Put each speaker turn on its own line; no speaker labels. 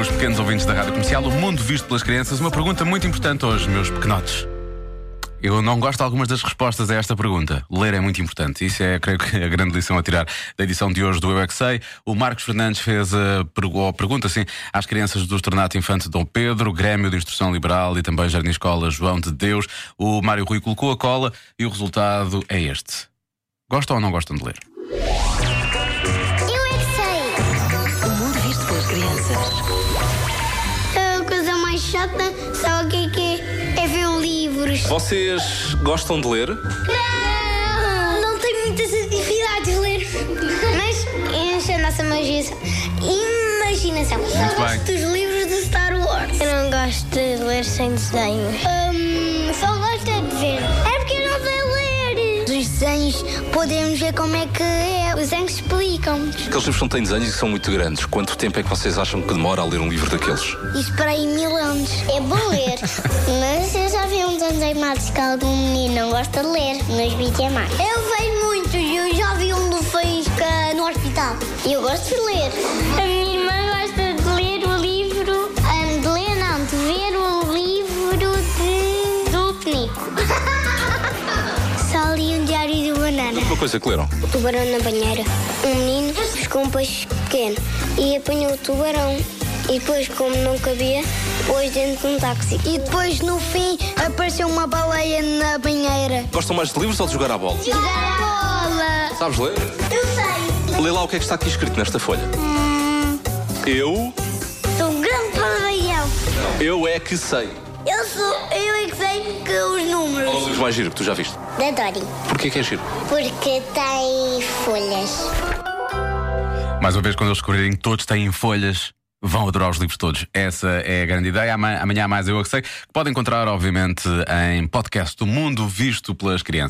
Os pequenos ouvintes da Rádio Comercial, o mundo visto pelas crianças, uma pergunta muito importante hoje, meus pequenotes. Eu não gosto de algumas das respostas a esta pergunta. Ler é muito importante. Isso é, creio que, a grande lição a tirar da edição de hoje do Eu é que Sei. O Marcos Fernandes fez a pergu- ou pergunta, assim às crianças do Estornato Infante Dom Pedro, Grêmio de Instrução Liberal e também Jardim Escola João de Deus. O Mário Rui colocou a cola e o resultado é este. Gostam ou não gostam de ler?
Eu é que sei!
O mundo visto pelas crianças.
É A coisa mais chata, sabe o que é que é? É ver livros.
Vocês gostam de ler?
Não! Não tenho muitas atividades de ler. Mas enche a nossa imaginação. Imaginação.
Muito
eu
bem.
gosto dos livros de Star Wars. Eu não gosto de ler sem desenhos. só gosto de ver. É porque eu não sei ler. Os desenhos podemos ver como é que é. Os desenhos explicam-nos.
Aqueles livros não têm desenhos e são muito grandes. Quanto tempo é que vocês acham que demora a ler um livro daqueles?
Isso para aí mil anos. É bom ler. mas eu já vi uns anos animados que algum menino não gosta de ler nos mais. Eu vejo muitos. Eu já vi um do Faísca no hospital. E eu gosto de ler. A minha irmã gosta de ler o livro. Ah, de ler, não, de ver o livro de. do Penico. Só li um diário do Banana.
Uma coisa que leram.
O tubarão na banheira. Um menino pescou um peixe pequeno e apanhou o tubarão. E depois, como não cabia, pôs dentro de um táxi. E depois, no fim, apareceu uma baleia na banheira.
Gostam mais de livros ou de jogar à bola?
Bola!
Sabes ler?
Eu sei!
Lê lá o que é que está aqui escrito nesta folha. Eu,
Sou um grande baleão.
eu é que sei.
Eu sou, eu é que sei que os
Qual é o
números.
livro mais giro que tu já viste?
Da Dory.
Porquê que é giro?
Porque tem folhas.
Mais uma vez, quando eles descobrirem que todos têm folhas, vão adorar os livros todos. Essa é a grande ideia. Ama- Amanhã há mais eu É que sei. que Podem encontrar, obviamente, em podcast do mundo visto pelas crianças.